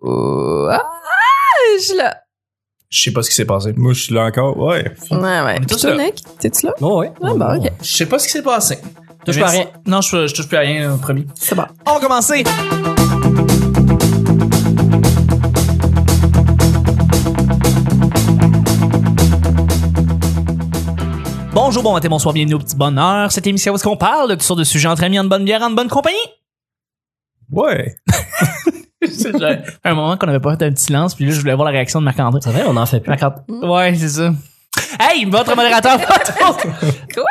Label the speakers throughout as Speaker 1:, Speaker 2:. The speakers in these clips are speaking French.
Speaker 1: Oh, ah, je suis là.
Speaker 2: Je sais pas ce qui s'est passé.
Speaker 3: Moi, je suis là encore. Ouais.
Speaker 1: Ouais, ouais.
Speaker 2: On est
Speaker 1: Puis
Speaker 2: tous
Speaker 1: toi,
Speaker 2: là. Oh,
Speaker 1: Nick, t'es-tu là?
Speaker 3: Bon, ouais.
Speaker 1: Ah, bah, ok.
Speaker 2: Je sais pas ce qui s'est passé.
Speaker 4: Touche pas à
Speaker 2: Merci. Non, je, je touche plus à rien, euh, promis.
Speaker 1: C'est bon.
Speaker 2: On va commencer. Bonjour, bon matin, bonsoir, bienvenue au petit bonheur. Cette émission où est-ce qu'on parle de toutes sortes de sujets entre amis, en bonne bière, en bonne compagnie.
Speaker 3: Ouais.
Speaker 2: C'est genre un moment qu'on avait pas fait un petit silence, puis là, je voulais voir la réaction de Marc-André.
Speaker 4: C'est vrai, on en fait plus.
Speaker 2: Marc-André- Ouais, c'est ça. Hey, votre modérateur, votre,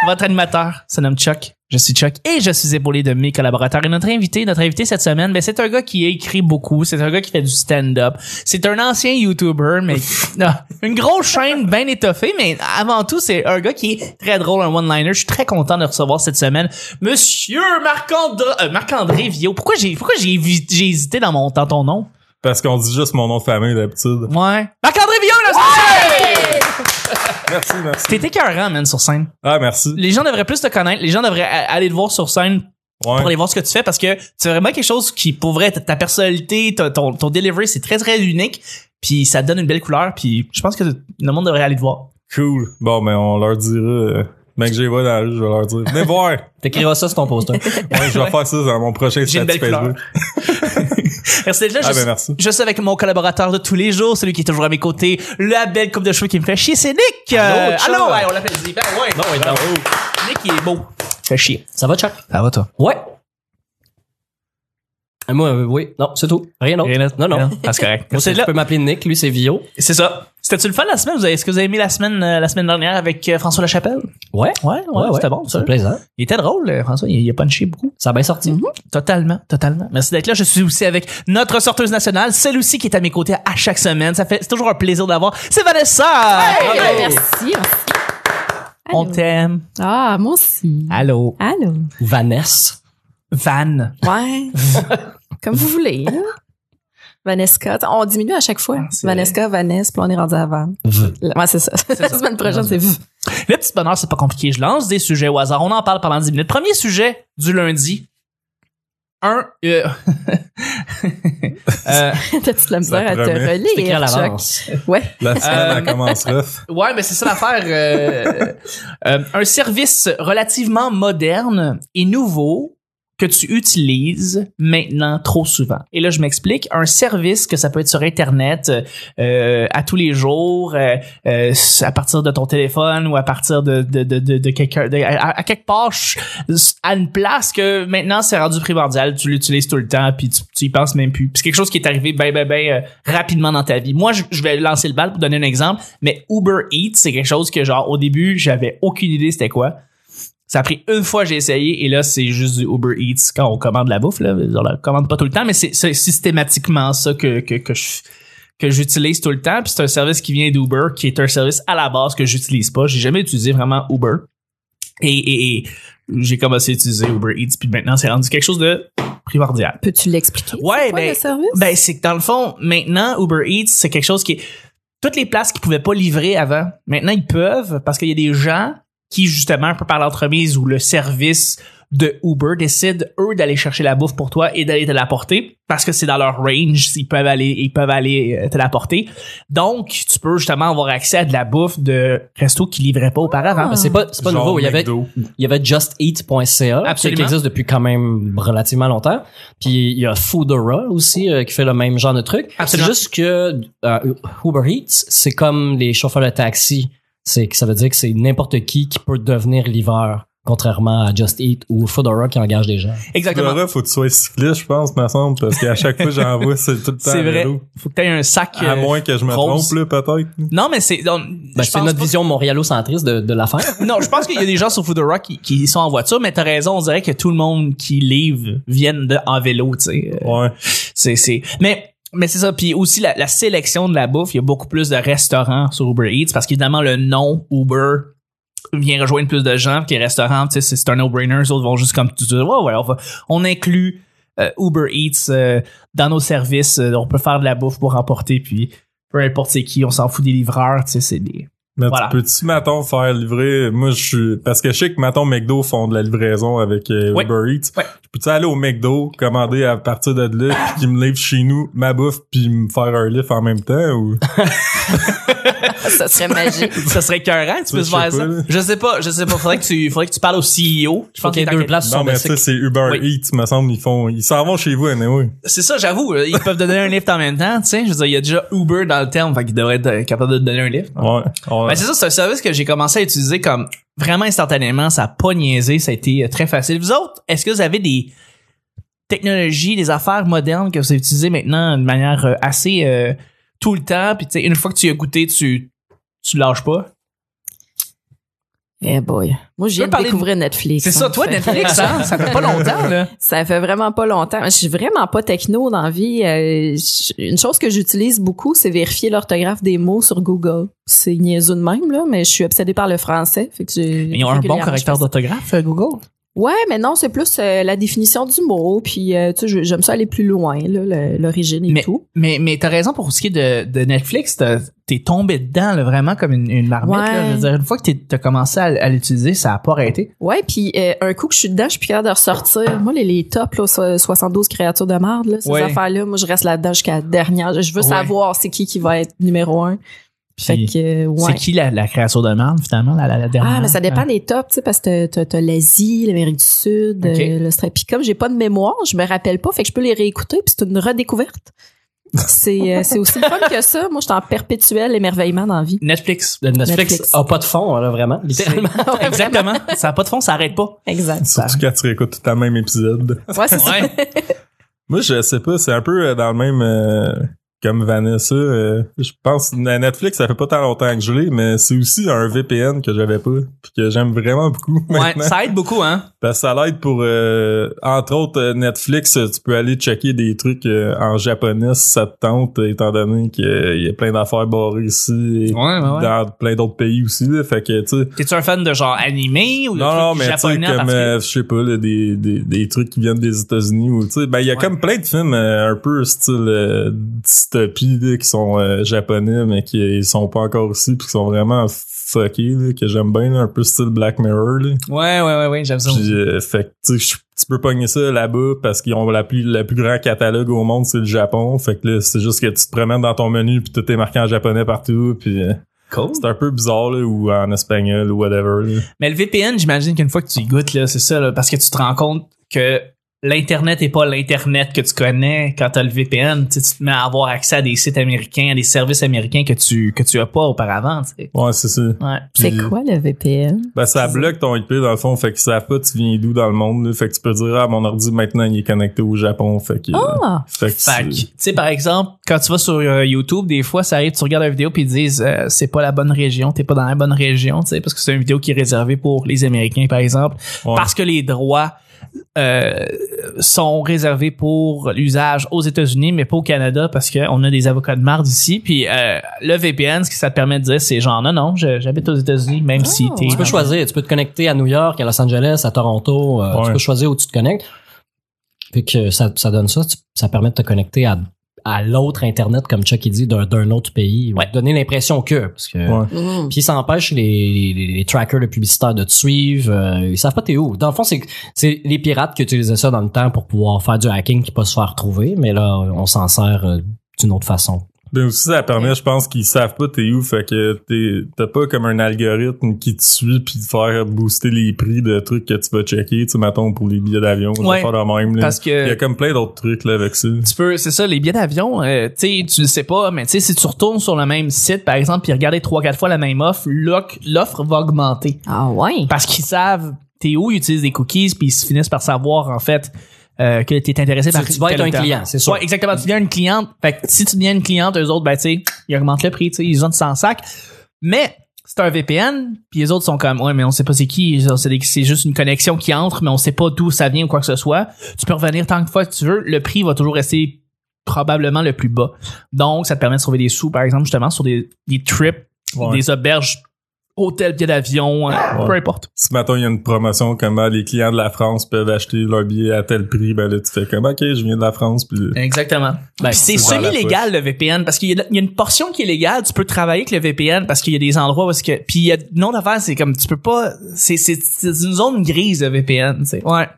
Speaker 2: votre animateur, se nomme Chuck. Je suis Chuck et je suis épaulé de mes collaborateurs. Et notre invité, notre invité cette semaine, ben, c'est un gars qui écrit beaucoup. C'est un gars qui fait du stand-up. C'est un ancien YouTuber, mais Non, une grosse chaîne bien étoffée. Mais avant tout, c'est un gars qui est très drôle, un one-liner. Je suis très content de le recevoir cette semaine. Monsieur Marc-André, euh, Marc-André Viau. Pourquoi j'ai, pourquoi j'ai, hési- j'ai hésité dans mon, dans ton nom?
Speaker 3: Parce qu'on dit juste mon nom de famille d'habitude.
Speaker 2: Ouais. Marc-André Viau, là, c'est
Speaker 3: Merci, merci.
Speaker 2: T'es écœurant, man, sur scène.
Speaker 3: Ah, merci.
Speaker 2: les gens devraient plus te connaître, les gens devraient a- aller te voir sur scène pour
Speaker 3: Ouais.
Speaker 2: aller voir ce que tu fais parce que c'est vraiment quelque chose qui, pour vrai, ta- ta personnalité, ta- ton, ton delivery, c'est très très unique. Puis ça te donne une belle couleur, puis je pense que le monde devrait aller te voir.
Speaker 3: Cool. Bon, mais on leur dira. euh, Mec, j'ai vois dans la rue, je vais leur dire. Venez voir.
Speaker 4: T'écriras ça sur ton poster.
Speaker 3: Ouais, je vais faire ça dans mon prochain
Speaker 2: J'ai une belle
Speaker 3: statut
Speaker 2: couleur.
Speaker 3: Facebook.
Speaker 2: Merci d'être là.
Speaker 3: Ah,
Speaker 2: je,
Speaker 3: ben, merci.
Speaker 2: je suis avec mon collaborateur de tous les jours, celui qui est toujours à mes côtés, la belle coupe de cheveux qui me fait chier, c'est Nick! Euh,
Speaker 4: Allô, Chuck.
Speaker 2: allô, ouais, on l'applaudit. Ben ouais,
Speaker 4: Non, ouais, non.
Speaker 2: Nick, il est beau. Fait chier.
Speaker 4: Ça va, Chuck?
Speaker 2: Ça va, toi?
Speaker 4: Ouais. Et Moi, euh, oui. Non, c'est tout. Rien d'autre. Non, non.
Speaker 2: Ah, c'est correct.
Speaker 4: Moi,
Speaker 2: Merci
Speaker 4: c'est-
Speaker 2: d'être
Speaker 4: tu
Speaker 2: là.
Speaker 4: peux m'appeler Nick, lui c'est Vio.
Speaker 2: C'est ça. C'était-tu le fun la semaine? Vous avez- Est-ce que vous avez aimé la semaine, euh, la semaine dernière avec euh, François Lachapelle?
Speaker 4: Ouais.
Speaker 2: Ouais, ouais,
Speaker 4: ouais.
Speaker 2: c'était bon, ça.
Speaker 4: C'est plaisant.
Speaker 2: Il était drôle, euh, François. Il, il a punché beaucoup.
Speaker 4: Ça a bien sorti.
Speaker 2: Totalement, totalement. Merci d'être là. Je suis aussi avec notre sorteuse nationale, celle aussi qui est à mes côtés à chaque semaine. Ça fait, c'est toujours un plaisir d'avoir. C'est Vanessa! Bravo!
Speaker 1: Ouais, merci, merci.
Speaker 2: oh. On
Speaker 1: Allô.
Speaker 2: t'aime.
Speaker 1: Ah, moi aussi.
Speaker 2: Allô.
Speaker 1: Allô.
Speaker 4: Vanessa.
Speaker 2: Van.
Speaker 1: Ouais. Comme vous voulez. hein. Vanessa, on diminue à chaque fois.
Speaker 2: Ah, c'est
Speaker 1: Vanessa, Vanessa, puis on est rendu à Van.
Speaker 4: V.
Speaker 1: Ouais, c'est ça. La semaine prochaine, c'est vous.
Speaker 2: Le petit bonheur, c'est pas compliqué. Je lance des sujets au hasard. On en parle pendant 10 minutes. Premier sujet du lundi. Un, euh, euh,
Speaker 1: T'as-tu de la misère à te
Speaker 3: promet.
Speaker 4: C'est écrit à
Speaker 1: relire, Chuck?
Speaker 4: l'avance.
Speaker 1: Ouais.
Speaker 3: La semaine,
Speaker 2: Euh,
Speaker 3: elle commence rough.
Speaker 2: Ouais, mais c'est ça l'affaire. euh, euh, un service relativement moderne et nouveau que tu utilises maintenant trop souvent. Et là, je m'explique. Un service que ça peut être sur Internet euh, à tous les jours, euh, euh, à partir de ton téléphone ou à partir de, de, de, de, de quelqu'un, de- à, à quelque part, ch- à une place que maintenant, c'est rendu primordial. Tu l'utilises tout le temps, puis tu, tu y penses même plus. Puis c'est quelque chose qui est arrivé ben, ben, ben euh, rapidement dans ta vie. Moi, je, je vais lancer le bal pour donner un exemple, mais Uber Eats, c'est quelque chose que, genre, au début, j'avais aucune idée c'était quoi. Ça a pris une fois, j'ai essayé, et là, c'est juste du Uber Eats quand on commande la bouffe. Là. On la commande pas tout le temps, mais c'est c'est systématiquement ça que, que, que je que j'utilise tout le temps. Puis c'est un service qui vient d'Uber, qui est un service à la base que j'utilise pas. J'ai jamais utilisé vraiment Uber. Et, et, et j'ai commencé à utiliser Uber Eats, puis maintenant, c'est rendu quelque chose de primordial.
Speaker 1: Peux-tu l'expliquer?
Speaker 2: Ouais,
Speaker 1: C'est quoi,
Speaker 2: ben-
Speaker 1: le service?
Speaker 2: Ben, c'est que dans le fond, maintenant, Uber Eats, c'est quelque chose qui est. Toutes les places qu'ils pouvaient pas livrer avant, maintenant, ils peuvent parce qu'il y a des gens qui, justement, un peu par l'entremise ou le service de Uber décident, eux, d'aller chercher la bouffe pour toi et d'aller te l'apporter parce que c'est dans leur range, ils peuvent aller, ils peuvent aller euh, te l'apporter. Donc, tu peux justement avoir accès à de la bouffe de restos qui livraient pas auparavant.
Speaker 1: Ah.
Speaker 4: C'est pas, c'est pas
Speaker 3: Genre
Speaker 4: nouveau. Il y avait,
Speaker 3: McDo.
Speaker 4: il y avait justeat.ca qui- qui
Speaker 2: Absolument.
Speaker 4: existe depuis quand même relativement longtemps. Puis il y a Foodora aussi euh, qui fait le même genre de truc. C'est
Speaker 2: Absolument.
Speaker 4: juste que euh, Uber Eats, c'est comme les chauffeurs de taxi. C'est que ça veut dire que c'est n'importe qui qui peut devenir livreur, contrairement à Just Eat ou Foodora qui engage des gens.
Speaker 2: Exactement.
Speaker 3: Là, faut que tu sois cycliste, je pense, me semble, parce qu'à chaque fois, j'en vois, c'est tout le temps
Speaker 2: C'est
Speaker 3: à
Speaker 2: vrai.
Speaker 3: vélo.
Speaker 2: Faut que t'aies un sac.
Speaker 3: À
Speaker 2: euh,
Speaker 3: moins que je me
Speaker 2: rose. Euh,
Speaker 3: trompe, là, peut-être.
Speaker 2: Non, mais c'est. on-
Speaker 4: Ben,
Speaker 2: je
Speaker 4: c'est
Speaker 2: pense
Speaker 4: notre
Speaker 2: pas-
Speaker 4: vision montréalocentriste de, de l'affaire.
Speaker 2: Non, je pense qu'il y a des gens sur Foodora qui, qui sont en voiture, mais t'as raison, on dirait que tout le monde qui livre viennent de, en vélo, tu sais. Euh,
Speaker 3: Ouais.
Speaker 2: C'est, c'est, mais, mais c'est ça. Puis aussi, la, la sélection de la bouffe, il y a beaucoup plus de restaurants sur Uber Eats parce qu'évidemment, le nom Uber vient rejoindre plus de gens. Puis les restaurants, tu sais, c'est, c'est un no-brainer. Les autres vont juste comme, tu dis, ouais, ouais, on, va- on inclut euh, Uber Eats euh, dans nos services. Euh, on peut faire de la bouffe pour emporter. Puis peu importe c'est qui, on s'en fout des livreurs, tu sais, c'est des.
Speaker 3: Mais
Speaker 2: Voilà.
Speaker 3: tu peux-tu, mettons, faire livrer? Moi, je suis. Parce que je sais que, mettons, McDo font de la livraison avec euh,
Speaker 2: Ouais.
Speaker 3: Uber Eats.
Speaker 2: Ouais.
Speaker 3: Je peux-tu aller au McDo, commander à partir de là, puis qu'ils me livrent chez nous ma bouffe, puis me faire un lift en même temps? Ou...
Speaker 1: Ça serait magique.
Speaker 2: Ça serait écœurant, tu
Speaker 3: Je
Speaker 2: peux
Speaker 3: sais
Speaker 2: faire
Speaker 3: pas,
Speaker 2: ça.
Speaker 3: là.
Speaker 2: Je sais pas, je sais pas. Faudrait que tu, faudrait que tu parles au CEO. Je
Speaker 4: Faut
Speaker 2: pense
Speaker 4: qu'il y
Speaker 2: qu'il
Speaker 4: ait
Speaker 2: est en-
Speaker 4: deux places
Speaker 3: Non,
Speaker 4: sur
Speaker 3: mais
Speaker 4: le
Speaker 3: ça,
Speaker 4: site.
Speaker 3: c'est Uber
Speaker 2: Oui.
Speaker 3: Eats, me semble. Ils font. Ils s'en vont chez vous, anyway.
Speaker 2: C'est ça, j'avoue. euh, Ils peuvent te donner un lift en même temps, tu sais. Je veux dire, il y a déjà Uber dans le terme, fait qu'ils devraient être euh, capables de te donner un lift.
Speaker 3: Ouais. On-
Speaker 2: Ben, c'est ça, c'est un service que j'ai commencé à utiliser comme vraiment instantanément. Ça a pas niaisé, ça a été euh, très facile. Vous autres, est-ce que vous avez des technologies, des affaires modernes que vous utilisez maintenant de manière euh, assez euh, tout le temps? Puis, tu sais, une fois que tu y as goûté, tu, tu lâches pas.
Speaker 1: Eh boy. Moi, j'ai
Speaker 2: peux parler de-
Speaker 1: découvert Netflix.
Speaker 2: C'est ça,
Speaker 1: hein.
Speaker 2: toi,
Speaker 1: Fait-
Speaker 2: Netflix, hein? Ça fait pas longtemps, là.
Speaker 1: Ça fait vraiment pas longtemps. Je suis vraiment pas techno dans la vie. Euh, je- une chose que j'utilise beaucoup, c'est vérifier l'orthographe des mots sur Google. C'est niaiseux de même, là, mais je suis obsédée par le français. Fait que j'ai-
Speaker 2: Mais ils ont un bon
Speaker 1: régulièrement,
Speaker 2: correcteur
Speaker 1: je fais ça.
Speaker 2: d'orthographe, euh, Google.
Speaker 1: Ouais, mais non, c'est plus euh, la définition du mot, puis euh, tu sais, je- j'aime ça aller plus loin, là, le- l'origine et tout.
Speaker 2: Mais, mais t'as raison pour ce qui est de, de Netflix, t'as- t'es tombé dedans, là, vraiment comme une, une marmite.
Speaker 1: Ouais.
Speaker 2: là. Je veux dire, une fois que t'es- t'as commencé à, à l'utiliser, ça a pas arrêté.
Speaker 1: Ouais, puis euh, un coup que je suis dedans, je suis plus capable de ressortir. Moi, les, les tops, là, so- 72 créatures de merde, là, ces
Speaker 2: Ouais.
Speaker 1: affaires-là, moi, je reste là-dedans jusqu'à la dernière. Je veux
Speaker 2: Ouais.
Speaker 1: savoir c'est qui qui va être numéro un. Fait
Speaker 2: Puis,
Speaker 1: que, euh, ouais.
Speaker 2: C'est qui la, la création de merde, finalement, la, la, la dernière?
Speaker 1: Ah, mais ça dépend des tops, tu sais, parce que t'as- t'as t'as l'Asie, l'Amérique du Sud,
Speaker 2: Ok.
Speaker 1: euh, l'Australie. Puis comme j'ai pas de mémoire, je me rappelle pas, fait que je peux les réécouter, puis c'est une redécouverte. C'est euh, c'est aussi le fun que ça. Moi, je suis en perpétuel émerveillement dans la vie.
Speaker 2: Netflix.
Speaker 4: Le Netflix
Speaker 1: Netflix.
Speaker 4: a pas de fond, là, vraiment, littéralement.
Speaker 2: Exactement. ça n'a pas de fond, ça arrête pas.
Speaker 1: Exact.
Speaker 3: Surtout quand tu réécoutes tout le même épisode.
Speaker 1: Ouais, c'est ça.
Speaker 3: Moi, je sais pas, c'est un peu euh, dans le même euh, comme Vanessa. euh, je pense à Netflix, ça fait pas tant longtemps que je l'ai, mais c'est aussi un VPN que j'avais pas, puis que j'aime vraiment beaucoup
Speaker 2: Ouais,
Speaker 3: maintenant.
Speaker 2: ça aide beaucoup, hein.
Speaker 3: Parce que ça l'aide pour, euh, entre autres, euh, Netflix, euh, tu peux aller checker des trucs euh, en japonais si ça te tente, euh, étant donné qu'il y a plein d'affaires barrées ici et
Speaker 2: Ouais,
Speaker 3: dans plein d'autres pays aussi. là. fait que, tu sais,
Speaker 2: T'es-tu un fan de genre animé ou de
Speaker 3: non,
Speaker 2: trucs
Speaker 3: non, mais tu sais,
Speaker 2: japonais en
Speaker 3: comme,
Speaker 2: particulier?
Speaker 3: euh, je sais pas, là, des, des, des trucs qui viennent des États-Unis ou, tu sais, ben, il y a
Speaker 2: Ouais.
Speaker 3: comme plein de films euh, un peu style euh, dystopie, là, qui sont euh, japonais, mais qui euh, ils sont pas encore ici, puis qui sont vraiment fuckés, là, que j'aime bien, là, un peu style Black Mirror, là.
Speaker 2: Ouais, ouais, ouais, ouais, j'aime ça.
Speaker 3: Puis, euh, fait que, tu sais, je- tu peux pogner ça là-bas parce qu'ils ont la plus, la plus grand catalogue au monde, c'est le Japon. Fait que là, c'est juste que tu te promènes dans ton menu puis tout est marqué en japonais partout. Puis euh,
Speaker 2: Cool.
Speaker 3: c'est un peu bizarre là, ou en espagnol ou whatever. là.
Speaker 2: Mais le VPN, j'imagine qu'une fois que tu y goûtes, là, c'est ça, là, parce que tu te rends compte que l'Internet est pas l'Internet que tu connais quand t'as le VPN. Tu sais, tu te mets à avoir accès à des sites américains, à des services américains que tu, que tu as pas auparavant, tu sais.
Speaker 3: Ouais, c'est ça.
Speaker 2: Ouais.
Speaker 1: C'est
Speaker 3: Puis-
Speaker 1: quoi le VPN?
Speaker 3: Ben, ça bloque ton IP dans le fond, fait qu'ils savent pas tu viens d'où dans le monde. là. Fait que tu peux dire ah mon ordi maintenant il est connecté au Japon. Fait
Speaker 2: Oh!
Speaker 3: que, euh,
Speaker 1: Ah!
Speaker 3: fait que
Speaker 2: Fait que,
Speaker 3: c'est-
Speaker 2: tu sais, par exemple, quand tu vas sur euh, YouTube, des fois, ça arrive, tu regardes la vidéo puis ils disent euh, c'est pas la bonne région, t'es pas dans la bonne région, tu sais, parce que c'est une vidéo qui est réservée pour les Américains, par exemple,
Speaker 3: ouais.
Speaker 2: parce que les droits euh, sont réservés pour l'usage aux États-Unis, mais pas au Canada, parce qu'on a des avocats de marde ici. Puis euh, le VPN, ce que ça te permet de dire, c'est genre non, non, je- j'habite aux États-Unis, même
Speaker 1: Oh,
Speaker 2: si t'es.
Speaker 1: ouais.
Speaker 4: Tu peux choisir, tu peux te connecter à New York, à Los Angeles, à Toronto, euh,
Speaker 3: Ouais.
Speaker 4: tu peux choisir où tu te connectes. Puis que ça, ça donne ça, tu- ça permet de te connecter à, à l'autre Internet, comme Chuck il dit, d'un- d'un autre pays.
Speaker 2: Ouais.
Speaker 4: Donner l'impression que. Parce que
Speaker 3: Ouais.
Speaker 1: Mm.
Speaker 4: Puis ça empêche les, les, les trackers de publicitaires de te suivre. euh, ils savent pas t'es où. Dans le fond, c'est c'est les pirates qui utilisaient ça dans le temps pour pouvoir faire du hacking qui peut se faire trouver, mais là, on s'en sert euh, d'une autre façon.
Speaker 3: Ben aussi, ça permet, je pense, qu'ils savent pas t'es où, fait que t'es- t'as pas comme un algorithme qui te suit puis de faire booster les prix de trucs que tu vas checker, tu sais, mettons, pour les billets d'avion,
Speaker 2: Ouais.
Speaker 3: ouais. faire le même, là.
Speaker 2: Parce que
Speaker 3: Il y a comme plein d'autres trucs, là, avec ça.
Speaker 2: tu peux, c'est ça, les billets d'avion, euh, tu sais, tu le sais pas, mais tu sais, si tu retournes sur le même site, par exemple, puis regarder trois, quatre fois la même offre, l'oc- l'offre va augmenter.
Speaker 1: Ah ouais!
Speaker 2: Parce qu'ils savent t'es où, ils utilisent des cookies, puis ils finissent par savoir, en fait, euh, que t'es intéressé
Speaker 4: Tu-
Speaker 2: par
Speaker 4: tu vas
Speaker 2: tel
Speaker 4: être
Speaker 2: ou
Speaker 4: un
Speaker 2: tel.
Speaker 4: client, c'est sûr.
Speaker 2: Ouais, exactement. Tu deviens une cliente. Fait que si tu deviens une cliente, eux autres, ben, tu sais, ils augmentent le prix, tu sais, ils ont de 100 sacs. Mais, c'est un VPN, puis les autres sont comme, ouais, mais on sait pas c'est qui, genre, c'est des- c'est juste une connexion qui entre, mais on sait pas d'où ça vient ou quoi que ce soit. Tu peux revenir tant que fois que tu veux, le prix va toujours rester probablement le plus bas. Donc, ça te permet de sauver des sous, par exemple, justement, sur des, des trips, ou
Speaker 3: Ouais.
Speaker 2: des auberges hôtel, billet d'avion, euh,
Speaker 3: Ouais.
Speaker 2: peu importe.
Speaker 3: Ce matin, il y a une promotion comment les clients de la France peuvent acheter leur billet à tel prix. Ben là, tu fais comme, OK, je viens de la France. Puis
Speaker 2: Exactement.
Speaker 4: Ben,
Speaker 2: Puis c'est
Speaker 3: c'est dans la
Speaker 2: semi-légal le VPN parce qu'il y, a- il y a une portion qui est légale, tu peux travailler avec le VPN parce qu'il y a des endroits où est-ce que puis il y a non d'affaires, c'est comme tu peux pas c'est c'est c'est une zone grise le VPN, tu sais. Ouais.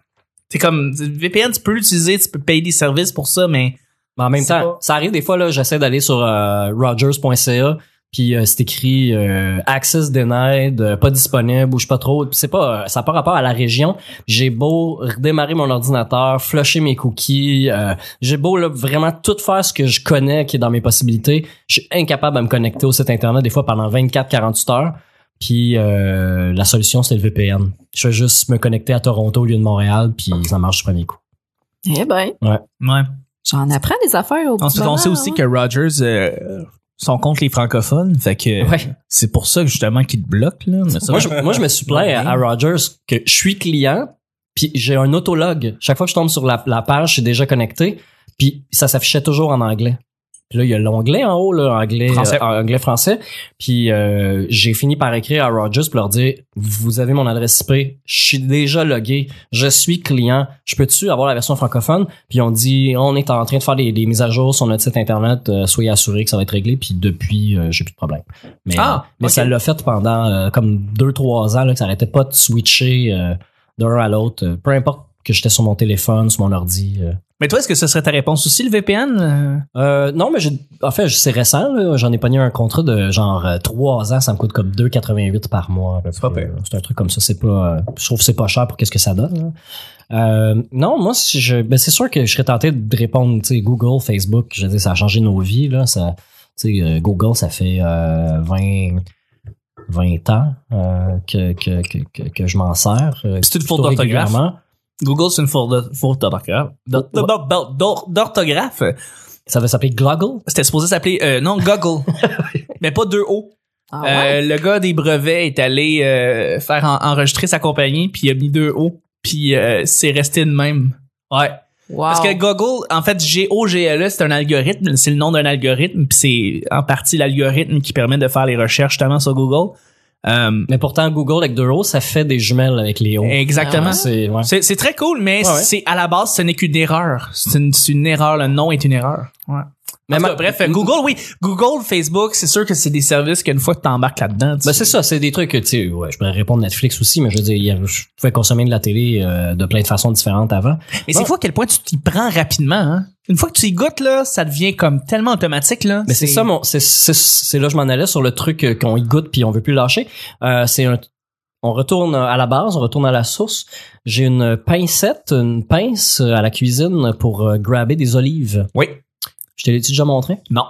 Speaker 2: C'est comme le VPN tu peux l'utiliser, tu peux payer des services pour ça mais
Speaker 4: Mais en même
Speaker 2: C'est
Speaker 4: temps,
Speaker 2: pas-
Speaker 4: ça arrive des fois, là, j'essaie d'aller sur euh, rogers.ca, puis euh, c'est écrit euh, Access denied, euh, pas disponible, ou je sais pas trop. Puis c'est pas, euh, ça n'a pas rapport à la région. J'ai beau redémarrer mon ordinateur, flusher mes cookies, euh, j'ai beau là, vraiment tout faire ce que je connais qui est dans mes possibilités. Je suis incapable de me connecter au site Internet des fois pendant 24-48 heures. Puis euh, la solution, c'est le VPN. Je vais juste me connecter à Toronto au lieu de Montréal, puis ça marche du premier coup.
Speaker 1: Eh ben,
Speaker 2: ouais.
Speaker 1: j'en apprends des affaires au bout
Speaker 2: Ensuite,
Speaker 1: du
Speaker 2: on sait
Speaker 1: moment,
Speaker 2: aussi
Speaker 1: hein.
Speaker 2: que Rogers euh, sont contre les francophones, fait que
Speaker 4: Ouais.
Speaker 2: c'est pour ça que, justement qu'ils te bloquent là, mais ça-
Speaker 4: Moi je, moi, je me suis plaint à, à Rogers que je suis client, puis j'ai un autologue. Chaque fois que je tombe sur la, la page, je suis déjà connecté, puis ça s'affichait toujours en anglais. Puis là, il y a l'onglet en haut, là, anglais,
Speaker 2: Français.
Speaker 4: euh, anglais français. Puis euh, j'ai fini par écrire à Rogers pour leur dire Vous avez mon adresse IP, je suis déjà logué, je suis client, je peux-tu avoir la version francophone? Puis on dit On est en train de faire des, des mises à jour sur notre site internet, euh, soyez assurés que ça va être réglé, puis depuis, euh, j'ai plus de problème. Mais, euh,
Speaker 2: Ah,
Speaker 4: mais
Speaker 2: ok.
Speaker 4: ça l'a fait pendant euh, comme deux, trois ans, là, que ça arrêtait pas de switcher euh, d'un à l'autre. euh, peu importe que j'étais sur mon téléphone, sur mon ordi. euh.
Speaker 2: Mais toi est-ce que ce serait ta réponse aussi le VPN euh?
Speaker 4: Euh, non, mais j'ai, en fait, c'est récent. là. J'en ai pogné un contrat de genre euh, trois ans. Ça me coûte comme 2,88 par mois. à peu
Speaker 3: C'est pas
Speaker 4: près.
Speaker 3: pire.
Speaker 4: C'est un truc comme ça. C'est pas, euh, je trouve que c'est pas cher pour qu'est-ce que ça donne. là. Euh, non, moi, si je, ben, c'est sûr que je serais tenté de répondre, tu sais, Google, Facebook. Je veux dire, ça a changé nos vies. Là, ça, tu sais, euh, Google, ça fait euh, 20, 20 ans euh, que, que, que, que, que je m'en sers. euh,
Speaker 2: C'est une faute
Speaker 4: plutôt
Speaker 2: d'orthographe.
Speaker 4: régulièrement.
Speaker 2: Google c'est une faute faute d'orthographe. D'or- d'or- d'or- d'orthographe.
Speaker 4: Ça va s'appeler Gloggle.
Speaker 2: C'était supposé s'appeler euh, non Goggle, mais pas deux O.
Speaker 1: Ah
Speaker 2: Euh,
Speaker 1: ouais?
Speaker 2: le gars des brevets est allé euh, faire en- enregistrer sa compagnie puis il a mis deux O puis euh, c'est resté de même. Ouais.
Speaker 1: Wow.
Speaker 2: Parce que Goggle, en fait, G O G L E, c'est un algorithme, c'est le nom d'un algorithme puis c'est en partie l'algorithme qui permet de faire les recherches justement sur Google. Euh,
Speaker 4: Mais pourtant, Google avec deux O, ça fait des jumelles avec les
Speaker 1: Ah
Speaker 2: Hein?
Speaker 4: O.
Speaker 2: exactement.
Speaker 4: C'est, ouais.
Speaker 2: C'est c'est très cool, mais
Speaker 4: Ouais, ouais.
Speaker 2: c'est à la base, ce n'est qu'une erreur. C'est une, c'est une erreur. Le nom est une erreur. Ouais. Mais
Speaker 4: ma-
Speaker 2: bref, euh, Google, oui, Google, Facebook, c'est sûr que c'est des services qu'une fois que t'embarques là-dedans, tu-
Speaker 4: Ben c'est ça, c'est des trucs que tu sais, ouais, je pourrais répondre Netflix aussi, mais je veux dire, il y a- je pouvais consommer de la télé euh, de plein de façons différentes avant.
Speaker 2: mais c'est
Speaker 4: bon.
Speaker 2: fou à quel point tu t'y prends rapidement. hein. Une fois que tu y goûtes là, ça devient comme tellement automatique là.
Speaker 4: Mais c'est ça mon, c'est c'est- c'est là que je m'en allais sur le truc euh, qu'on y goûte puis on veut plus lâcher. Euh, c'est un, on retourne à la base, on retourne à la source. J'ai une pincette, une pince à la cuisine pour euh, grabber des olives.
Speaker 2: Oui.
Speaker 4: Je te l'ai déjà montré.
Speaker 2: Non.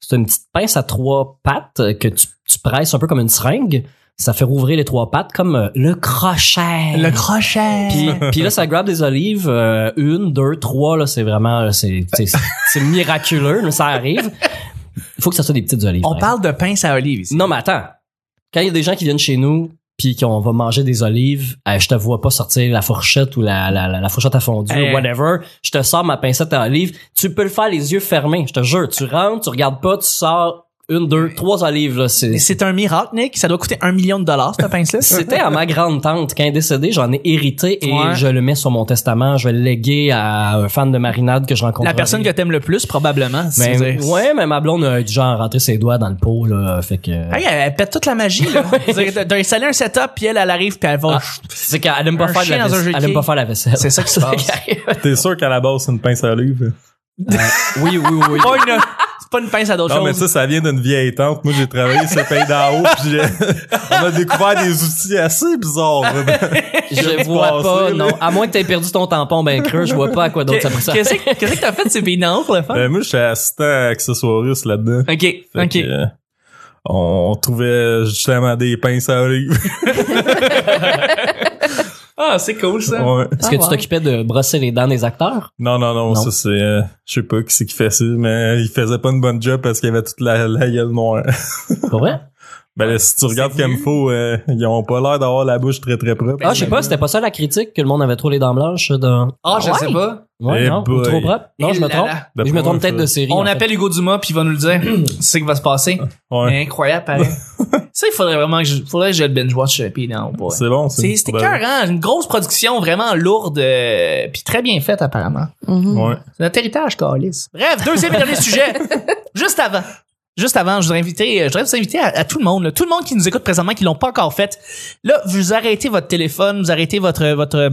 Speaker 4: C'est une petite pince à trois pattes euh, que tu, tu presses un peu comme une seringue. Ça fait rouvrir les trois pattes comme euh, le crochet.
Speaker 2: Le crochet.
Speaker 4: Puis, puis là, ça grabe des olives, euh, une, deux, trois, là, c'est vraiment, là, c'est, c'est, c'est miraculeux, mais ça arrive. Il faut que ça soit des petites olives.
Speaker 2: on
Speaker 4: par
Speaker 2: parle de pince à olive ici.
Speaker 4: exemple. Non, mais attends. Quand il y a des gens qui viennent chez nous, puis qu'on va manger des olives, euh, je te vois pas sortir la fourchette ou la, la, la, la fourchette à fondue,
Speaker 2: Hey.
Speaker 4: whatever. Je te sors ma pincette à olives. Tu peux le faire les yeux fermés, je te jure. Tu rentres, tu regardes pas, tu sors une, deux, trois olives, là. C'est,
Speaker 2: Mais C'est un miracle, Nick. Ça doit coûter un million de dollars cette pince là.
Speaker 4: C'était à ma grande tante. Quand elle est décédée, j'en ai hérité et
Speaker 2: Ouais.
Speaker 4: je le mets sur mon testament. Je vais le léguer à un fan de marinade que je rencontre.
Speaker 2: la personne que t'aimes le plus probablement. si
Speaker 4: mais,
Speaker 2: je veux dire.
Speaker 4: Ben Ouais, mais ma blonde a du genre rentré ses doigts dans le pot, là. Fait que.
Speaker 2: Hey, elle, elle pète toute la magie là. D'un d'un installé un setup puis elle, elle arrive puis elle va.
Speaker 4: Ah, c'est qu'elle aime
Speaker 2: un
Speaker 4: pas faire de
Speaker 2: chien
Speaker 4: la
Speaker 2: dans un jeu
Speaker 4: vaisselle.
Speaker 2: de
Speaker 4: Elle aime
Speaker 2: quilles.
Speaker 4: pas faire la vaisselle.
Speaker 2: C'est ça qui se passe.
Speaker 3: T'es sûr qu'à la base, c'est une pince à olive?
Speaker 4: oui, oui, oui.
Speaker 2: pas une, c'est pas une pince à d'autres
Speaker 3: Non, mais
Speaker 2: choses.
Speaker 3: ça, ça vient d'une vieille tante. Moi, j'ai travaillé sur le pays d'en haut, puis j'ai- on a découvert des outils assez bizarres.
Speaker 4: je
Speaker 3: Je
Speaker 4: vois
Speaker 3: pense,
Speaker 4: pas,
Speaker 3: oui,
Speaker 4: non.
Speaker 3: oui.
Speaker 4: À moins que t'aies perdu ton tampon ben creux, je vois pas à quoi d'autre ça pourrait servir.
Speaker 2: Qu'est-ce que qu'est-ce que t'as fait de ces pays d'en haut pour le fun?
Speaker 3: Euh, moi, j'étais assistant accessoiriste là-dedans.
Speaker 2: Ok,
Speaker 3: Fait
Speaker 2: ok.
Speaker 3: que, euh, on, on trouvait justement des pinces à olive.
Speaker 2: Ah, c'est cool ça.
Speaker 3: Ouais.
Speaker 4: Est-ce que
Speaker 1: Ah ouais.
Speaker 4: tu t'occupais de brosser les dents des acteurs?
Speaker 3: Non, non, non,
Speaker 4: Non.
Speaker 3: ça c'est... euh, je sais pas qui c'est qui fait ça, mais il faisait pas une bonne job parce qu'il y avait toute la, la gueule noire.
Speaker 4: Pas vrai?
Speaker 3: Ben là, si tu regardes comme faut, euh, ils ont pas l'air d'avoir la bouche très très propre.
Speaker 2: Ben,
Speaker 4: Ah, je sais pas, c'était pas ça la critique que le monde avait trop les dents blanches dans.
Speaker 2: Ah, je
Speaker 1: Ouais.
Speaker 2: sais pas.
Speaker 4: Ouais,
Speaker 3: Eh
Speaker 4: non?
Speaker 3: boy.
Speaker 4: Trop propre? Non,
Speaker 2: Eh
Speaker 4: je me
Speaker 2: là
Speaker 4: trompe.
Speaker 2: là.
Speaker 4: Je me trompe peut-être de série.
Speaker 2: On
Speaker 4: en fait.
Speaker 2: appelle Hugo Dumas puis il va nous le dire. c'est ce qui va se passer.
Speaker 3: Ah, Ouais.
Speaker 2: Incroyable, pareil. Ça, il faudrait vraiment que je, faudrait que je le binge-watch, euh, puis non, ouais.
Speaker 3: C'est bon,
Speaker 2: C'est- C'était cœur, hein? Une grosse production vraiment lourde, euh, puis très bien faite, apparemment.
Speaker 1: Mhm.
Speaker 3: Ouais.
Speaker 2: C'est notre héritage, Calis. Bref, deuxième et dernier sujet. Juste avant. Juste avant, je voudrais inviter, je voudrais vous inviter à, à tout le monde, là. tout le monde qui nous écoute présentement, qui l'ont pas encore fait. Là, vous arrêtez votre téléphone, vous arrêtez votre votre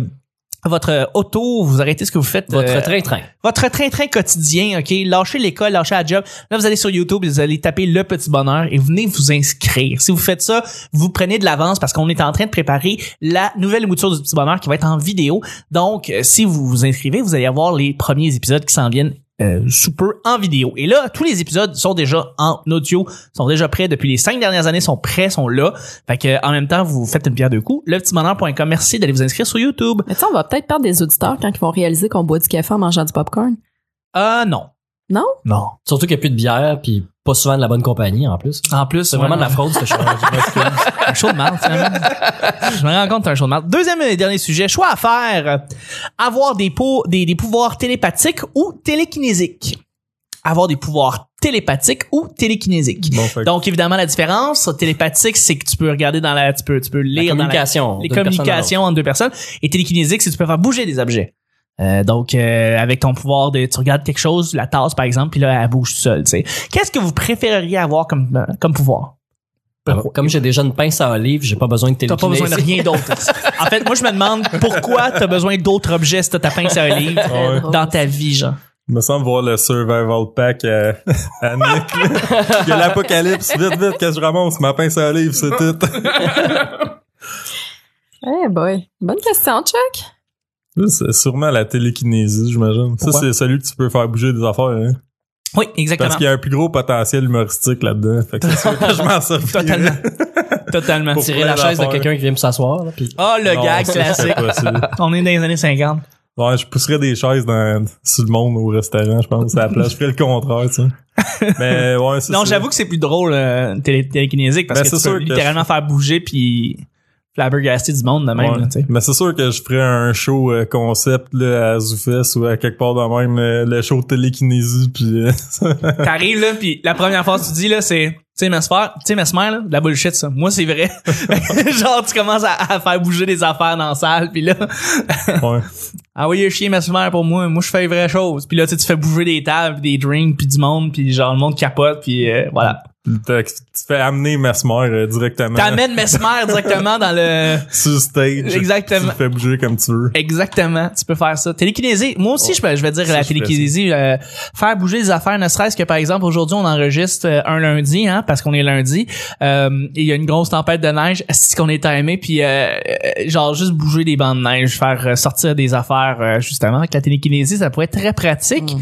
Speaker 2: votre auto, vous arrêtez ce que vous faites.
Speaker 4: Votre
Speaker 2: euh,
Speaker 4: train-train.
Speaker 2: votre train-train quotidien, OK? Lâchez l'école, lâchez la job. Là, vous allez sur YouTube, vous allez taper Le Petit Bonheur et venez vous inscrire. Si vous faites ça, vous prenez de l'avance parce qu'on est en train de préparer la nouvelle mouture du Petit Bonheur qui va être en vidéo. Donc, euh, si vous vous inscrivez, vous allez avoir les premiers épisodes qui s'en viennent euh, sous peu en vidéo. Et là, tous les épisodes sont déjà en audio, sont déjà prêts depuis les cinq dernières années, sont prêts, sont là. Fait que, euh, en même temps, vous faites une pierre deux coups. Lepetitbonheur.com. Merci d'aller vous inscrire sur YouTube.
Speaker 1: Mais tu sais, on va peut-être perdre des auditeurs quand ils vont réaliser qu'on boit du café en mangeant du popcorn.
Speaker 2: Ah, non.
Speaker 1: Non?
Speaker 2: Non.
Speaker 4: Surtout qu'il n'y a plus de bière, puis pas souvent de la bonne compagnie, en plus.
Speaker 2: En plus,
Speaker 4: C'est vraiment de
Speaker 2: ouais.
Speaker 4: la fraude, ce choix.
Speaker 2: un show de marde, finalement. Je me rends compte que c'est un show de marde. Deuxième et dernier sujet, choix à faire. Euh, Avoir des, po- des, des pouvoirs télépathiques ou télékinésiques. Avoir des pouvoirs télépathiques ou télékinésiques.
Speaker 3: Bon, fait que-
Speaker 2: Donc, évidemment, la différence télépathique, c'est que tu peux regarder dans la... Tu peux, tu peux
Speaker 4: La
Speaker 2: lire dans la
Speaker 4: communication.
Speaker 2: les
Speaker 4: d'une personne à l'autre.
Speaker 2: communications entre deux personnes. Et télékinésique, c'est que tu peux faire bouger des objets. Euh, donc, euh, avec ton pouvoir de, tu regardes quelque chose, la tasse par exemple, puis là, elle bouge toute seule. tu sais. Qu'est-ce que vous préféreriez avoir comme, euh, comme pouvoir?
Speaker 4: Alors, Comme j'ai déjà une pince à olive, j'ai pas besoin de
Speaker 2: T'as pas besoin de
Speaker 4: télékinésie.
Speaker 2: rien d'autre. en fait, moi, je me demande pourquoi t'as besoin d'autres objets si t'as ta pince à olive
Speaker 3: Ouais.
Speaker 2: dans ta vie, genre.
Speaker 3: Il me semble voir le survival pack à, à Nick. là. Il y a l'apocalypse. Vite, vite, que je ramasse ma pince à olive, c'est tout.
Speaker 1: Eh boy. Bonne question, Chuck.
Speaker 3: Là, C'est sûrement la télékinésie, j'imagine. Ça,
Speaker 2: Pourquoi?
Speaker 3: c'est celui que tu peux faire bouger des affaires. Hein?
Speaker 2: Oui,
Speaker 3: Parce
Speaker 2: exactement.
Speaker 3: qu'il y a un plus gros potentiel humoristique là-dedans. Fait que c'est sûr que je m'en servirais.
Speaker 2: Totalement. Totalement.
Speaker 3: Pour-
Speaker 4: Tirer la
Speaker 3: Plein
Speaker 4: chaise de
Speaker 3: d'affaires.
Speaker 4: quelqu'un qui vient me s'asseoir, là, puis
Speaker 2: Oh, le
Speaker 3: Non,
Speaker 2: gag
Speaker 3: ça, je serais
Speaker 2: classique.
Speaker 3: pas sûr.
Speaker 2: On est dans les années 50.
Speaker 3: Ouais, je pousserais des chaises dans, sur le monde au restaurant, je pense, à la place. Je ferais le contraire, tu sais. Mais ouais, c'est
Speaker 2: Non,
Speaker 3: ça.
Speaker 2: j'avoue que c'est plus drôle, euh, télé- télékinésique, parce
Speaker 3: Ben,
Speaker 2: que
Speaker 3: c'est
Speaker 2: tu peux
Speaker 3: sûr que
Speaker 2: littéralement faire bouger puis flabbergaster du monde de même,
Speaker 3: Ouais.
Speaker 2: là, tu sais.
Speaker 3: Mais c'est sûr que je ferais un show euh, concept là, à Zoufès ou à quelque part dans même euh, le show de télékinésie puis euh,
Speaker 2: T'arrives, là, puis la première phrase que tu dis, là, c'est... Tu sais, Mesmer, tu sais, Mesmer, là, de la bullshit, ça. Moi, c'est vrai. Genre, tu commences à, à faire bouger des affaires dans la salle, puis là,
Speaker 3: ouais.
Speaker 2: envoyez Ah chier Mesmer pour moi. Moi, je fais les vraies choses. Puis là, tu sais, tu fais bouger des tables, des drinks, puis du monde, puis genre, le monde capote, puis euh, voilà.
Speaker 3: T'as- tu fais amener Mesmer euh, directement
Speaker 2: T'amènes Mesmer directement dans le...
Speaker 3: sur stage. Tu
Speaker 2: Exactement.
Speaker 3: le fais bouger comme tu veux.
Speaker 2: Exactement, tu peux faire ça. Télékinésie, moi aussi, je, peux- je vais dire
Speaker 3: Oh, Ça,
Speaker 2: la
Speaker 3: je fais
Speaker 2: télékinésie, euh, faire bouger les affaires, ne serait-ce que par exemple, aujourd'hui, on enregistre euh, un lundi, hein, parce qu'on est lundi, euh, et il y a une grosse tempête de neige, c'est qu'on est timé, puis euh, euh, genre juste bouger des bandes de neige, faire euh, sortir des affaires, euh, justement, avec la télékinésie, ça pourrait être très pratique.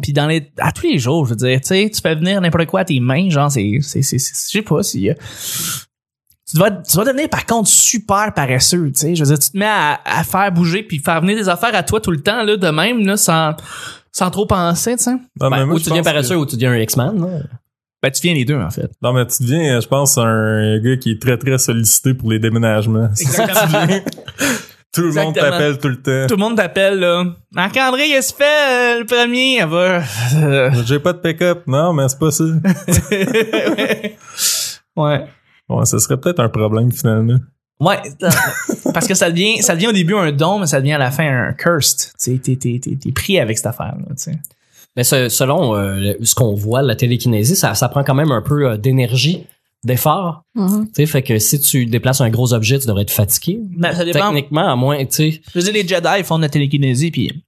Speaker 2: Puis dans les à tous les jours, je veux dire, tu sais, tu fais venir n'importe quoi à tes mains, genre c'est c'est c'est c'est- je sais pas si euh, tu vas tu vas devenir par contre super paresseux, tu sais, je veux dire tu te mets à, à faire bouger puis faire venir des affaires à toi tout le temps là de même là sans sans trop penser, tu sais.
Speaker 3: Non,
Speaker 4: Ben,
Speaker 3: mais moi,
Speaker 4: ou
Speaker 3: je
Speaker 4: tu deviens
Speaker 3: pense que-
Speaker 4: paresseux ou tu deviens un X-Man. là.
Speaker 2: Ben tu viens les deux en fait.
Speaker 3: Non, mais tu deviens, euh, je pense, un gars qui est très très sollicité pour les déménagements.
Speaker 2: Exactement.
Speaker 3: tout le monde
Speaker 2: Exactement.
Speaker 3: t'appelle tout le temps.
Speaker 2: tout le monde t'appelle là. Marc-André, il se fait euh, le premier, elle va euh,
Speaker 3: J'ai pas de pick-up. Non, mais c'est pas ça.
Speaker 2: ouais. ouais.
Speaker 3: Bon, ce serait peut-être un problème finalement.
Speaker 2: Ouais, parce que ça devient, ça devient au début un don, mais ça devient à la fin un cursed. Tu sais, T'es, t'es, t'es, t'es pris avec cette affaire. Là, tu sais.
Speaker 4: Mais ce- selon euh, le- ce qu'on voit, la télékinésie, ça, ça prend quand même un peu euh, d'énergie, d'effort.
Speaker 1: Mhm.
Speaker 4: Tu sais, fait que si tu déplaces un gros objet, tu devrais être fatigué.
Speaker 2: Ben, ça dépend.
Speaker 4: Techniquement, à moins, tu sais.
Speaker 2: Je veux dire, les Jedi ils font de la télékinésie, puis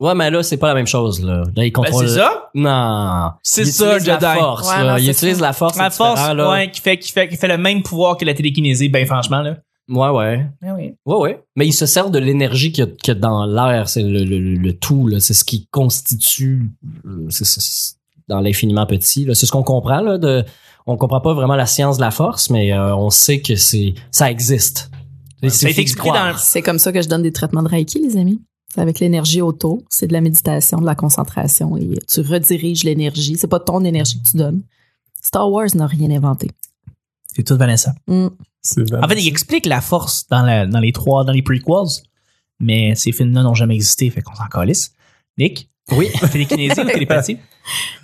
Speaker 4: Ouais, mais là, c'est pas la même chose, là. Là, ils
Speaker 2: Ben,
Speaker 4: contrôlent.
Speaker 2: c'est ça.
Speaker 4: Non.
Speaker 2: C'est
Speaker 4: Ils
Speaker 2: ça,
Speaker 4: utilisent la
Speaker 2: Jedi.
Speaker 4: force,
Speaker 1: Ouais,
Speaker 4: là.
Speaker 1: non,
Speaker 4: Ils
Speaker 1: c'est
Speaker 4: utilisent la force.
Speaker 2: La
Speaker 4: c'est
Speaker 2: force,
Speaker 4: différent, là.
Speaker 2: ouais, qui fait, qui fait, qui fait le même pouvoir que la télékinésie, ben franchement là.
Speaker 4: Ouais, ouais. Ouais, ouais. Mais ils se servent de l'énergie qu'il y, a- qu'il y a dans l'air. C'est le, le- le- le tout, là. C'est ce qui constitue. euh, c'est- c'est- c'est dans l'infiniment petit, là. C'est ce qu'on comprend, là. De, on comprend pas vraiment la science de la force, mais euh, on sait que c'est ça existe. Et
Speaker 2: Ça a
Speaker 4: suffit
Speaker 2: été
Speaker 4: d'y
Speaker 2: expliqué
Speaker 4: croire.
Speaker 2: dans.
Speaker 1: C'est comme ça que je donne des traitements de Reiki, les amis. C'est avec l'énergie auto. C'est de la méditation, de la concentration. Et tu rediriges l'énergie. C'est pas ton énergie que tu donnes. Star Wars n'a rien inventé.
Speaker 2: C'est tout Vanessa.
Speaker 1: Mm.
Speaker 3: C'est vrai.
Speaker 2: En fait, il explique la force dans, la, dans les trois, dans les prequels, mais ces films-là n'ont jamais existé, fait qu'on s'en calisse. Nick,
Speaker 4: Oui.
Speaker 2: télékinésie ou télépathie?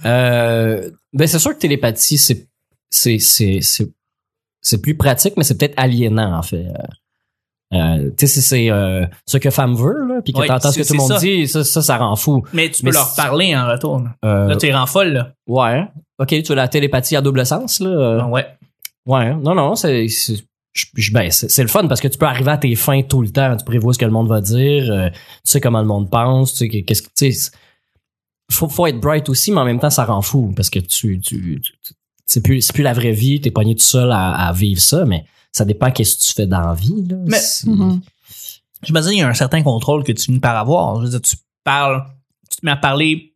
Speaker 4: Euh, ben c'est sûr que télépathie, c'est c'est c'est c'est c'est plus pratique, mais c'est peut-être aliénant, en fait. Euh, euh, tu sais, si c'est euh, ce que femme veut, là, puis que
Speaker 2: Ouais,
Speaker 4: t'entends ce que
Speaker 2: c'est-
Speaker 4: tout le monde
Speaker 2: c'est ça.
Speaker 4: dit, ça, ça, ça rend fou.
Speaker 2: Mais tu
Speaker 4: Mais
Speaker 2: peux leur
Speaker 4: si-
Speaker 2: parler en retour. là.
Speaker 4: Euh,
Speaker 2: Là, tu les rends folle, là.
Speaker 4: ouais. OK, tu as la télépathie à double sens, là. euh,
Speaker 2: Ah, ouais.
Speaker 4: Ouais, hein. non, non, c'est. c'est- je- je- Ben, c'est c'est le fun parce que tu peux arriver à tes fins tout le temps. Tu prévois ce que le monde va dire, euh, tu sais comment le monde pense, tu sais que- qu'est-ce que. Tu sais, c'est- faut, faut être bright aussi, mais en même temps, ça rend fou parce que tu. tu, tu- tu- c'est plus, c'est plus la vraie vie, t'es pogné tout seul à, à vivre ça, mais ça dépend qu'est-ce que tu fais dans la vie. Là.
Speaker 2: Mais- mm-hmm.
Speaker 4: C'est-
Speaker 1: Mhm.
Speaker 2: J'imagine qu'il y a un certain contrôle que tu finis par avoir. Je veux dire, tu parles, tu te mets à parler.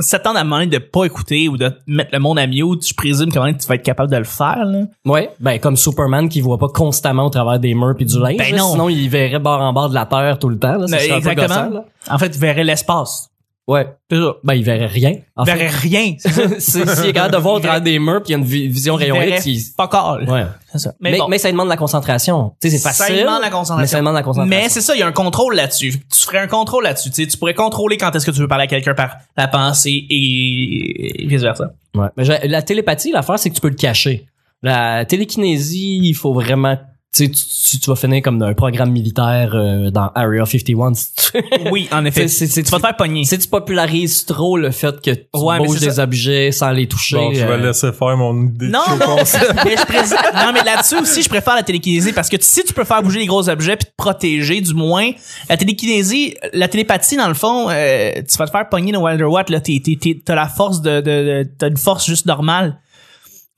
Speaker 2: Si t'attends à un moment donné de pas écouter ou de te mettre le monde à mute, je présume qu'à un moment donné, tu vas être capable de le faire. Là.
Speaker 4: Ouais, ben comme Superman qui voit pas constamment au travers des murs puis du linge,
Speaker 2: Ben
Speaker 4: là,
Speaker 2: non.
Speaker 4: sinon il verrait bord en bord de la terre tout le temps. Là, ça
Speaker 2: Ben,
Speaker 4: serait un peu
Speaker 2: exactement.
Speaker 4: gossant, là.
Speaker 2: En fait, tu verrais l'espace.
Speaker 4: Ouais,
Speaker 2: C'est ça.
Speaker 4: ben il verrait rien. en
Speaker 2: Tu
Speaker 4: fait.
Speaker 2: verrais rien. C'est ça.
Speaker 4: C'est- S'il est capable de voir au travers des murs, puis il y a une vi- vision rayon
Speaker 2: verrait
Speaker 4: X, il-
Speaker 2: Fuck all.
Speaker 4: Ouais.
Speaker 2: C'est ça.
Speaker 4: Mais,
Speaker 2: Mais, bon,
Speaker 4: mais ça demande de la concentration. Tu sais, c'est facile.
Speaker 2: Ça demande la
Speaker 4: Mais ça
Speaker 2: concentration.
Speaker 4: demande de la concentration.
Speaker 2: Mais c'est ça, il y a un contrôle là-dessus. Tu ferais un contrôle là-dessus. Tu sais, tu pourrais contrôler quand est-ce que tu veux parler à quelqu'un par la pensée et, et vice-versa.
Speaker 4: Ouais. Mais j'ai- la télépathie, l'affaire, c'est que tu peux le cacher. La télékinésie, il faut vraiment. Tu, sais, tu, tu- tu vas finir comme dans un programme militaire euh, dans Area 51. si tu-
Speaker 2: Oui, en effet.
Speaker 4: C'est- c'est- c'est-
Speaker 2: tu vas te faire pogner.
Speaker 4: Si tu popularises trop le fait que tu
Speaker 2: Ouais, mais
Speaker 4: bouges
Speaker 2: c'est
Speaker 4: des objets sans les toucher.
Speaker 3: Bon, je
Speaker 4: euh,
Speaker 3: vais laisser faire mon idée.
Speaker 2: Non,
Speaker 3: de
Speaker 2: non.
Speaker 3: concept.
Speaker 2: mais je présente- non, mais là-dessus aussi, je préfère la télékinésie parce que si tu peux faire bouger les gros objets puis te protéger, du moins, la télékinésie, la télépathie, dans le fond, euh, tu vas te faire pogner no matter what, là, t'es, t'es- t'es- t'as la force de, de, de- t'as une force juste normale.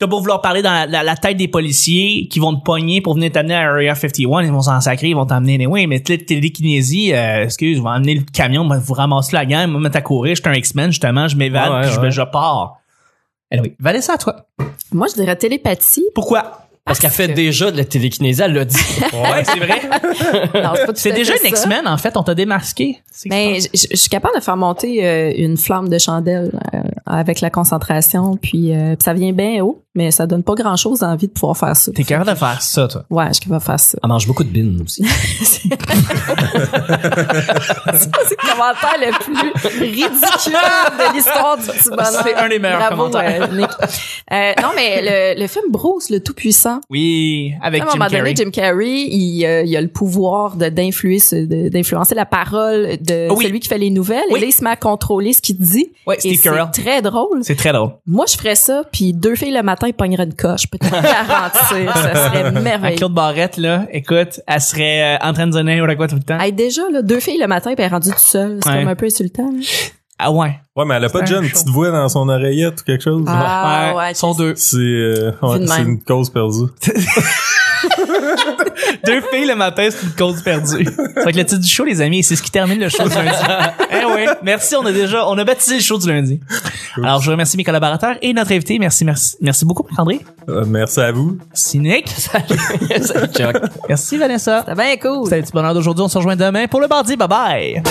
Speaker 2: T'as beau vouloir parler dans la, la- la tête des policiers qui vont te pogner pour venir t'amener à Area 51, ils vont s'en sacrer, ils vont t'amener anyway, mais la télékinésie, euh, excuse, ils vont amener le camion, moi, vous ramasser la gamme, me mettre à courir, je suis un X-Men, justement, je m'évade,
Speaker 4: Ouais,
Speaker 2: puis je,
Speaker 4: ouais.
Speaker 2: je pars. Anyway, valais ça à toi.
Speaker 1: Moi, je dirais télépathie.
Speaker 2: Pourquoi?
Speaker 4: parce qu'elle fait
Speaker 1: que-
Speaker 4: déjà de la télékinésie, elle l'a dit.
Speaker 2: Ouais, c'est vrai.
Speaker 1: Non, c'est pas tout
Speaker 2: C'est
Speaker 1: à fait
Speaker 2: déjà une
Speaker 1: ça. Ben,
Speaker 2: X-Men, en fait. On t'a démasqué. C'est
Speaker 1: Mais je, je- je suis capable de faire monter euh, une flamme de chandelle euh, avec la concentration, puis euh, puis ça vient bien haut, mais ça donne pas grand chose envie de pouvoir faire ça.
Speaker 2: T'es capable de faire ça, toi.
Speaker 1: Ouais, je suis capable de faire ça.
Speaker 4: Elle mange beaucoup de bines aussi.
Speaker 1: c'est c'est le commentaire le plus ridicule de l'histoire du petit bonheur.
Speaker 2: C'est un des meilleurs
Speaker 1: Bravo,
Speaker 2: commentaires.
Speaker 1: euh, Nick. Euh, non, mais le, le film Bruce, le Tout-Puissant,
Speaker 2: Oui, avec
Speaker 1: à un
Speaker 2: Jim
Speaker 1: moment
Speaker 2: Carrey.
Speaker 1: donné, Jim Carrey, il, euh, il a le pouvoir de- d'influer, ce- de- d'influencer la parole de
Speaker 2: Ah Oui.
Speaker 1: celui qui fait les nouvelles.
Speaker 2: Oui.
Speaker 1: Et là, il se met à contrôler ce qu'il dit.
Speaker 2: Ouais,
Speaker 1: Et
Speaker 2: Steve Carell.
Speaker 1: c'est très drôle.
Speaker 2: C'est très drôle.
Speaker 1: Moi, je ferais ça, puis deux filles le matin, ils pogneraient une coche. Je peux te garantir, ça serait
Speaker 2: À
Speaker 1: merveilleux.
Speaker 2: Claude Barrette, là, écoute, elle serait euh, en train de dire n'importe quoi tout le temps.
Speaker 1: Hey, déjà, là, deux filles le matin, puis elle est rendue toute seule. C'est
Speaker 2: Ouais.
Speaker 1: comme un peu insultant. là.
Speaker 2: Ah ouais.
Speaker 3: Ouais, mais elle a pas
Speaker 2: C'est
Speaker 3: déjà
Speaker 2: un
Speaker 3: une
Speaker 2: show.
Speaker 3: petite voix dans son oreillette ou quelque chose.
Speaker 1: Ah, ouais,
Speaker 2: Sont
Speaker 1: c'est-
Speaker 2: deux.
Speaker 3: C'est euh, ouais,
Speaker 1: Vu de
Speaker 3: c'est
Speaker 1: même.
Speaker 3: une cause perdue.
Speaker 2: deux filles le matin, c'est une cause perdue. C'est avec le titre du show, les amis, et c'est ce qui termine le show du lundi. eh ouais. Merci, on a déjà, on a baptisé le show du lundi. Alors, je remercie mes collaborateurs et notre invité. Merci, merci, merci beaucoup, Marc-André.
Speaker 3: Euh, merci à vous.
Speaker 2: Merci, Nick.
Speaker 4: Salut, Chuck.
Speaker 2: Merci, Vanessa.
Speaker 1: C'était bien cool.
Speaker 2: C'était le petit bonheur d'aujourd'hui. On se rejoint demain pour le mardi. Bye bye.